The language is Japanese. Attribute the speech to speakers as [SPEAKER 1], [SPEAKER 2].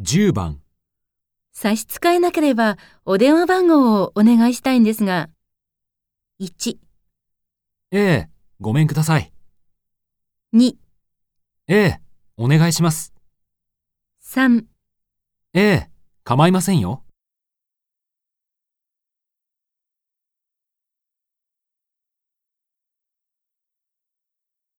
[SPEAKER 1] 10番、
[SPEAKER 2] 差し支えなければお電話番号をお願いしたいんですが。1、
[SPEAKER 1] ええ、ごめんください。
[SPEAKER 2] 2、
[SPEAKER 1] ええ、お願いします。
[SPEAKER 2] 3
[SPEAKER 1] ええ、構いませんよ。